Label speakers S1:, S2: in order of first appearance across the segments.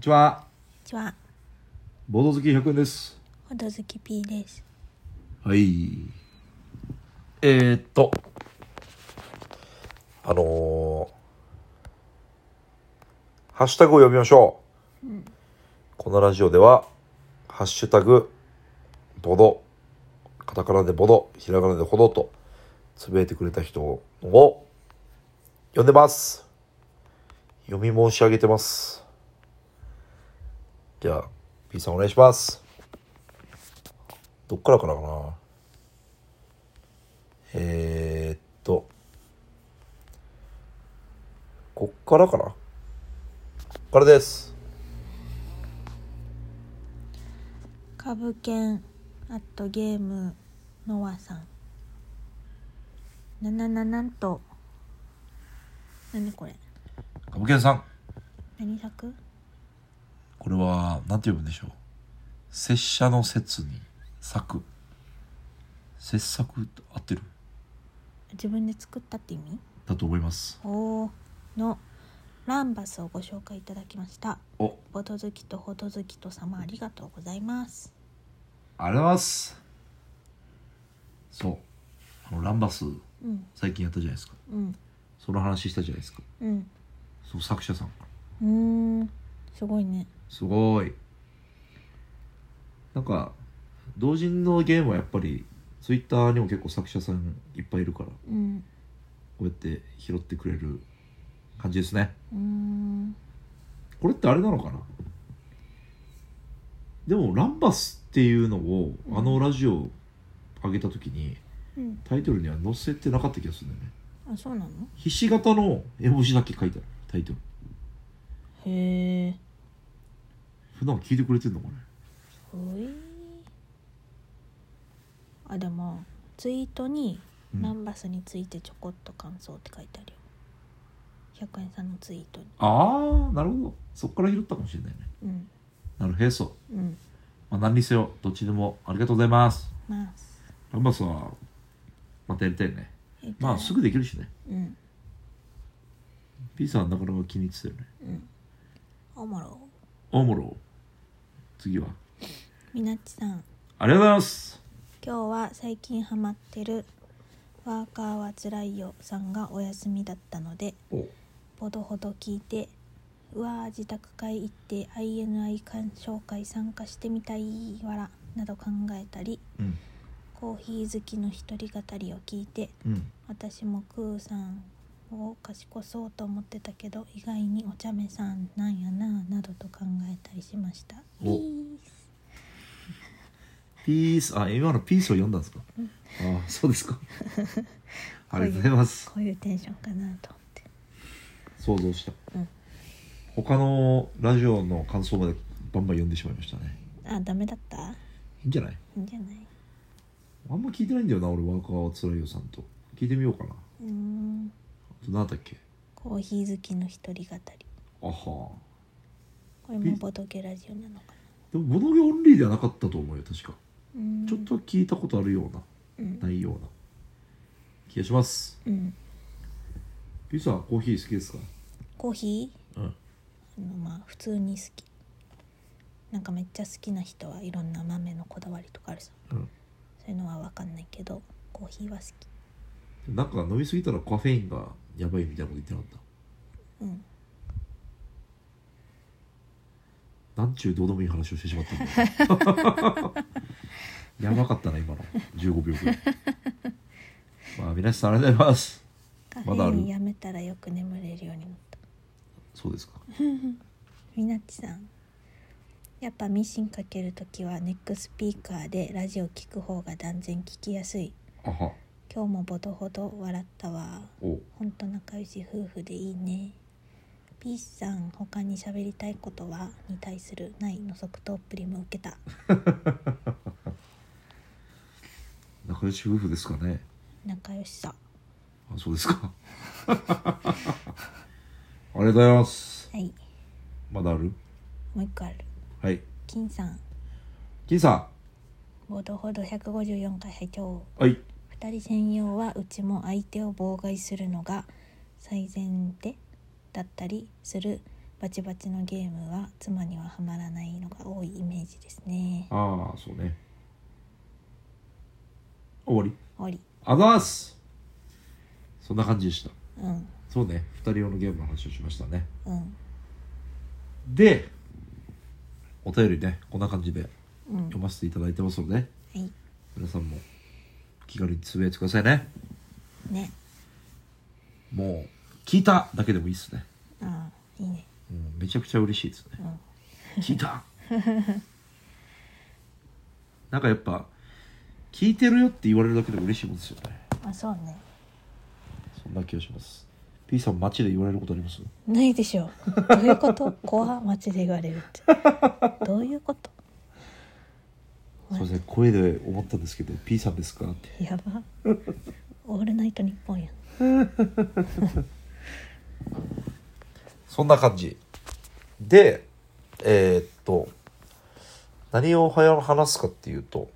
S1: ちは、
S2: こんにちは、
S1: ボード好き100円です。
S2: ほどずき P です。
S1: はい。
S3: えー、っと、あのーハッシュタグを呼びましょう。このラジオでは、ハッシュタグ、ボド、カタカナでボド、ひらがなでほどと、つぶえてくれた人を、呼んでます。読み申し上げてます。じゃあ、P さんお願いします。どっからからかなえー、っと、こっからかなこっからです。
S2: 株券アットゲームノアさん。ななななんと。なにこれ。
S3: カブケンさん、
S2: 何作。
S3: これは、なんて読むんでしょう。拙者の説に、作。拙作合ってる
S2: 自分で作ったって意味。
S3: だと思います。
S2: おお。の。ランバスをご紹介いただきました。
S3: お、
S2: ボトずきとほどずきと様ありがとうございます。
S3: ありがとうございます。そう。あの、ランバス、
S2: うん。
S3: 最近やったじゃないですか。
S2: うん。
S3: その話したじゃないですか。
S2: うん。
S3: そう、作者さんから。
S2: うーん。すごいね。
S3: すごいなんか同人のゲームはやっぱりツイッターにも結構作者さんいっぱいいるからこ
S2: うん。
S3: うやって拾ってくれる感じですね
S2: うーん。
S3: これってあれなのかなでもランバスっていうのをあのラジオ上げた時に
S2: うん。
S3: タイトルには載せてなかった気がするんだよね
S2: あ、そうなの。
S3: ひし形の絵文字だけ書いてあるタイトル
S2: へえ。
S3: 普段聞いてくれてんのかね
S2: おいあでもツイートに
S3: うん
S2: ナンバスについてちょこっと感想って書いてあるよ100円さんのツイートに
S3: ああなるほどそっから拾ったかもしれないね
S2: うん
S3: なるへそ
S2: うん
S3: まあ、何にせよどっちでもありがとうございます
S2: まあす
S3: ランバスはまたやりたいね
S2: えっと
S3: まあすぐできるしね
S2: うん
S3: P さんなかなか気に入ってたよね
S2: うんおもろ
S3: 大室次は
S2: みなっちさん
S3: ありがとうございます
S2: 今日は最近ハマってるワーカーはつらいよさんがお休みだったので
S3: お
S2: ほどほど聞いてうわー自宅会行って INI 鑑賞会参加してみたいわらなど考えたり
S3: うん
S2: コーヒー好きの一人語りを聞いて
S3: うん
S2: 私もクーさんを賢そうと思ってたけど意外にお茶目さんなんやななどと考えたりしました
S3: お
S2: ピース
S3: ピースあ今のピースを読んだんですかああそうです かありがとうございます
S2: こういうテンションかなと思って
S3: 想像した、
S2: うん
S3: 他のラジオの感想までバンバン読んでしまいましたね
S2: あダメだった
S3: いいんじゃない
S2: いいんじゃない
S3: あんま聞いてないんだよな俺ワーカーはつらいよさんと聞いてみようかなあ
S2: うーん
S3: と何だっけ
S2: コーヒー好きの一人語り
S3: あはあ
S2: これもボトゲラジオなのかな
S3: でも、ボドゲオンリーではなかったと思うよ、確か。
S2: うーん
S3: ちょっと聞いたことあるような、
S2: うん
S3: ないような気がします。
S2: うん
S3: ゆうさんはコーヒー好きですか
S2: コーヒ
S3: うん。
S2: ーあのまあ普通に好きなんかめっちゃ好きな人はいろんな豆のこだわりとかあるさ
S3: う
S2: そういうのは分かんないけどコーヒーは好き
S3: ん。なんか飲みすぎたらカフェインがやばいみたいなこと言ってなかっ
S2: うん
S3: た。なんちゅうどうでもいい話をしてしまったんだ。 やばかったな、今の。15秒くらい。まあ、皆さんありがとうございます。
S2: カフ
S3: まだあ
S2: ェ
S3: る
S2: インやめたらよく眠れるようになった
S3: そうですか。
S2: みなっちさんやっぱミシンかけるときはネックスピーカーでラジオ聞く方が断然聞きやすい
S3: あは。
S2: 今日もボトほど笑ったわ
S3: お
S2: ほんと仲良し夫婦でいいねピースさん他に喋りたいことはに対するないの即答っぷりも受けた
S3: 仲良し夫婦ですかね。
S2: 仲良しさ
S3: あ、そうです か。ありがとうございます。
S2: はい
S3: まだある
S2: もう一個ある
S3: はい。
S2: 金さん
S3: 金さ
S2: ボトほど154回拝聴
S3: ん。はい。
S2: 二人専用はうちも相手を妨害するのが最善でだったりするバチバチのゲームは妻にはハマらないのが多いイメージですね
S1: ああそうね終わり
S2: おり
S1: あざーすそんな感じでした
S2: うん
S1: そうね2人用のゲームの話をしましたね
S2: うん
S1: でお便りねこんな感じで
S2: うん
S1: 読ませていただいてますので、
S2: はい
S1: 皆さんも気軽につぶやいてくださいね
S2: ね
S1: もう聞いただけでもいいっすね、
S2: ああいいね
S1: うん、めちゃくちゃ嬉しいですね、聞いたなんかやっぱ聞いてるよって言われるだけでも嬉しいもんですよね
S2: あそうね
S1: そんな気がします P さん街で言われることあります
S2: ないでしょどういうこと怖っ街で言われるってどういうこと
S1: すいません声で思ったんですけど P さんですかって
S2: やばオールナイトニッポンやん
S3: そんな感じ。で、えーっと、何をはや話すかっていうと、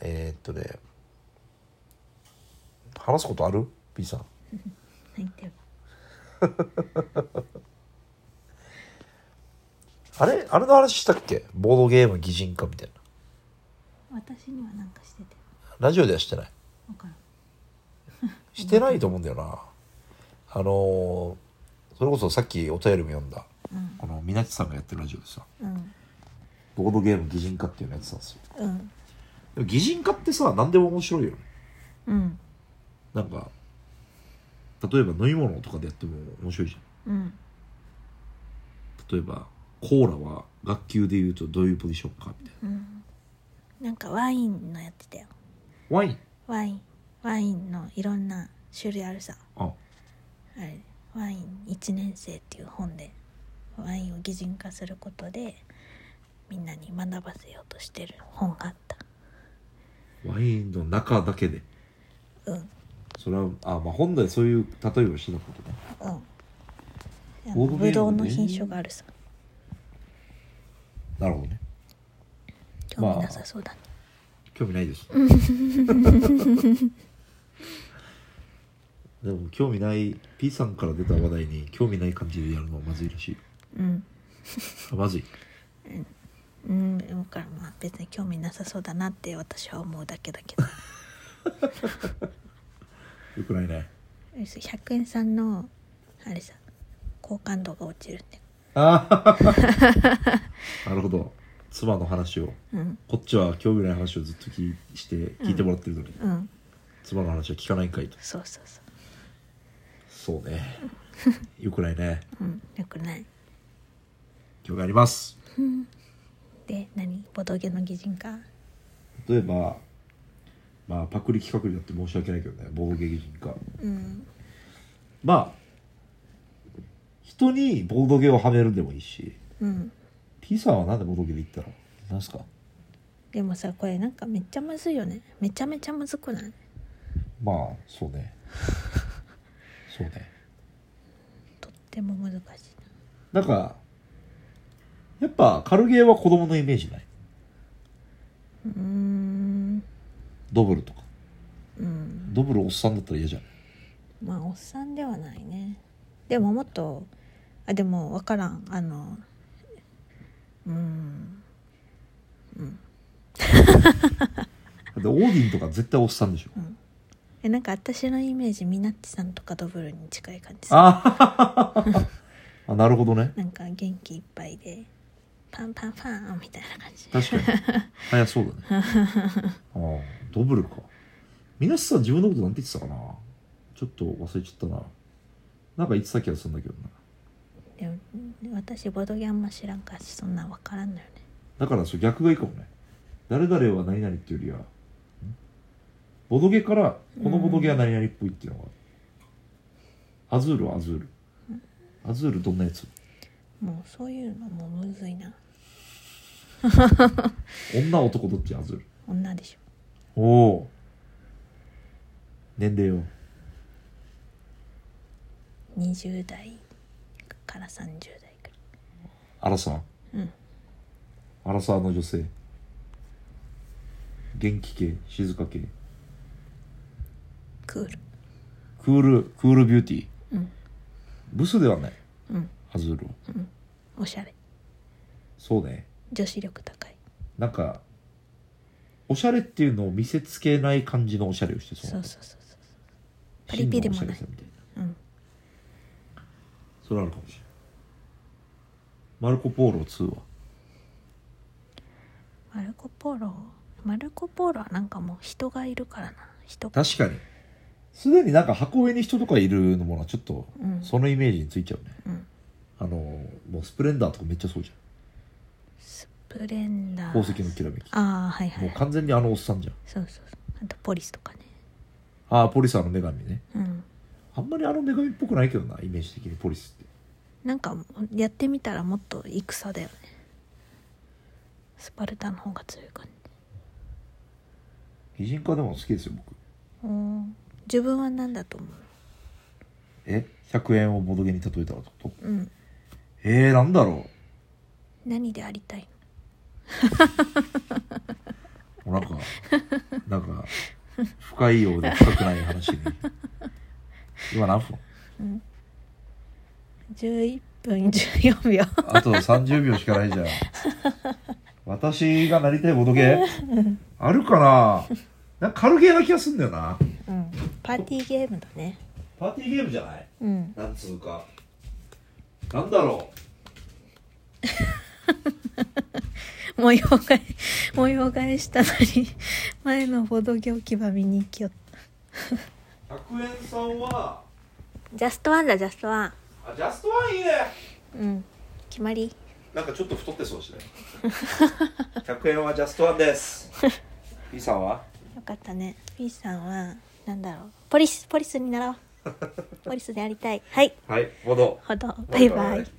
S3: えーっとね、話すことある ?B さん。
S2: 泣いてる
S3: あれあれの話したっけボードゲーム擬人化みたいな。
S2: 私にはなんかしてて
S3: ラジオではしてない。
S2: 分からん
S3: してないと思うんだよな。あのーそれこそさっきお便りも読んだ、
S2: うん
S3: この、みなちさんがやってるラジオでさ、
S2: うん
S3: ボードゲーム擬人化っていうのやってたんですよ。
S2: うん
S3: でも擬人化ってさ、何でも面白いよね。
S2: うん
S3: なんか例えば飲み物とかでやっても面白いじゃ
S2: うん
S3: ん例えばコーラは学級で言うとどういうポジションかみたいな
S2: なんかワインのやってたよ
S3: ワイン
S2: ワインワインのいろんな種類あるさ
S3: あ
S2: あれワイン1年生っていう本でワインを擬人化することでみんなに学ばせようとしてる本があった
S3: ワインの中だけで
S2: うん
S3: それはあまあ本来そういう例えばしてたことね
S2: うんあの
S3: ボードゲームね
S2: ぶどうの品種があるさ
S3: なるほどね
S2: 興味なさそうだね、
S3: 興味ないです でも興味ない P さんから出た話題に興味ない感じでやるのはまずいらしいよ
S2: うん
S3: あまずい
S2: うんだからまあ別に興味なさそうだなって私は思うだけだ けど
S3: よくないね
S2: 100円さんのあれさ好感度が落ちるんだよ
S3: あーなるほど妻の話を
S2: うん
S3: こっちは興味ない話をずっと聞いして聞いてもらってるのに、
S2: うん
S3: 妻の話は聞かないんかいと
S2: そうそうそ
S3: そ
S2: う
S3: うね よくないね
S2: うんよくない
S3: 興味あります
S2: で何ボドゲの擬人化
S3: 例えばまあパクリ企画になって申し訳ないけどねボードゲーム人化
S2: うん
S3: まあ人にボードゲーをはめるでもいいし
S2: うん
S3: P さんはなんでボードゲーで言ったのなんすか
S2: でもさこれなんかめっちゃむずいよねめちゃめちゃむずくない
S3: まあそう ねそうね
S2: とっても難しい
S3: なんかやっぱ軽ゲーは子供のイメージない
S2: なうーん
S3: ドブルとか
S2: うん
S3: ドブルおっさんだったら嫌じゃん
S2: まあおっさんではないねでももっとあでも分からんあのうん
S3: だってオーディンとか絶対おっさんでしょ。
S2: えなんか私のイメージみなっちさんとかドブルに近い感じさ
S3: ああ、なるほどね。
S2: なんか元気いっぱいでパンパンパンみたいな感じ
S3: 確かに。早そうだね。ああ、ドブルか。みなしさん自分のことなんて言ってたかなちょっと忘れちゃったな。なんか言ってた気がするんだけどな。
S2: でも私ボドゲあんま知らんからそんなん分からんのよね
S3: だからそう逆がいいかもね。誰々は何々っていうよりは、んボドゲから、このボドゲは何々っぽいっていうのが。アズールはアズール。アズールどんなやつ
S2: もうそういうのもむずいな
S3: 女男どっちアズール。
S2: 女でしょ
S3: おお年齢を
S2: 20代から30代く
S3: アラサー
S2: うん
S3: アラサーの女性元気系静か系
S2: らいクール
S3: クールクールビューティー
S2: うん
S3: ブスではない
S2: うん
S3: ハズール
S2: おしゃれ
S3: そうね
S2: 女子力高い
S3: なんかおしゃれっていうのを見せつけない感じのおしゃれをしてそう
S2: そうそうそうそうパリピでもない
S3: 真のおしゃれさみたいな
S2: うん
S3: それあるかもしれないマルコ・ポーロ2は
S2: マルコ・ポーロマルコ・ポーロはなんかもう人がいるからな人が
S3: 確かにすでになんか箱上に人とかいるのもなちょっと
S2: うん
S3: そのイメージについちゃうね、
S2: うん
S3: あのもうスプレンダーとかめっちゃそうじ
S2: スプレン
S3: ゃ
S2: ダ
S3: ん
S2: ー
S3: 宝石のきらめき
S2: ああはいは
S3: もう
S2: い
S3: 完全にあのおっさんじゃん
S2: そうそうそうあとポリスとかね
S3: ああポリスあの女神ね
S2: うん
S3: あんまりあの女神っぽくないけどなイメージ的にポリスって
S2: なんかやってみたらもっと戦だよねスパルタの方が強い感じ
S3: 擬人化でも好きですよ僕
S2: おー自分は何だと思う
S3: え100円をボドゲに例えたらってこと
S2: うん
S3: えー、なんだろ
S2: 何でありたいう
S3: もうなんかなんか深いようで深くない話に今何分
S2: 11分14秒
S3: あと30秒しかないじゃ ん。私がなりたいボドゲあるかななんか軽ゲーな気がすんだよな。
S2: うんパーティーゲームだね
S3: パーティーゲームじゃない
S2: うん
S3: なんつうか。なんだろ
S2: 模様替え 模様替えしたのに 前のボドゲ置き場見に行きよった
S3: う。100円さんは、
S2: ジャストワンだジャストワン
S3: あ、ジャストワンいいね。
S2: うん決まり
S3: なんかちょっと太ってそう しね。100円はジャストワンです。B さんは
S2: よかったね P さんはなんだろう ポリスポリスになろうポリスでありたいはい
S3: はい、ボド。
S2: ほど
S3: バ
S2: バ
S3: イ
S2: イ
S3: バイ
S2: バイ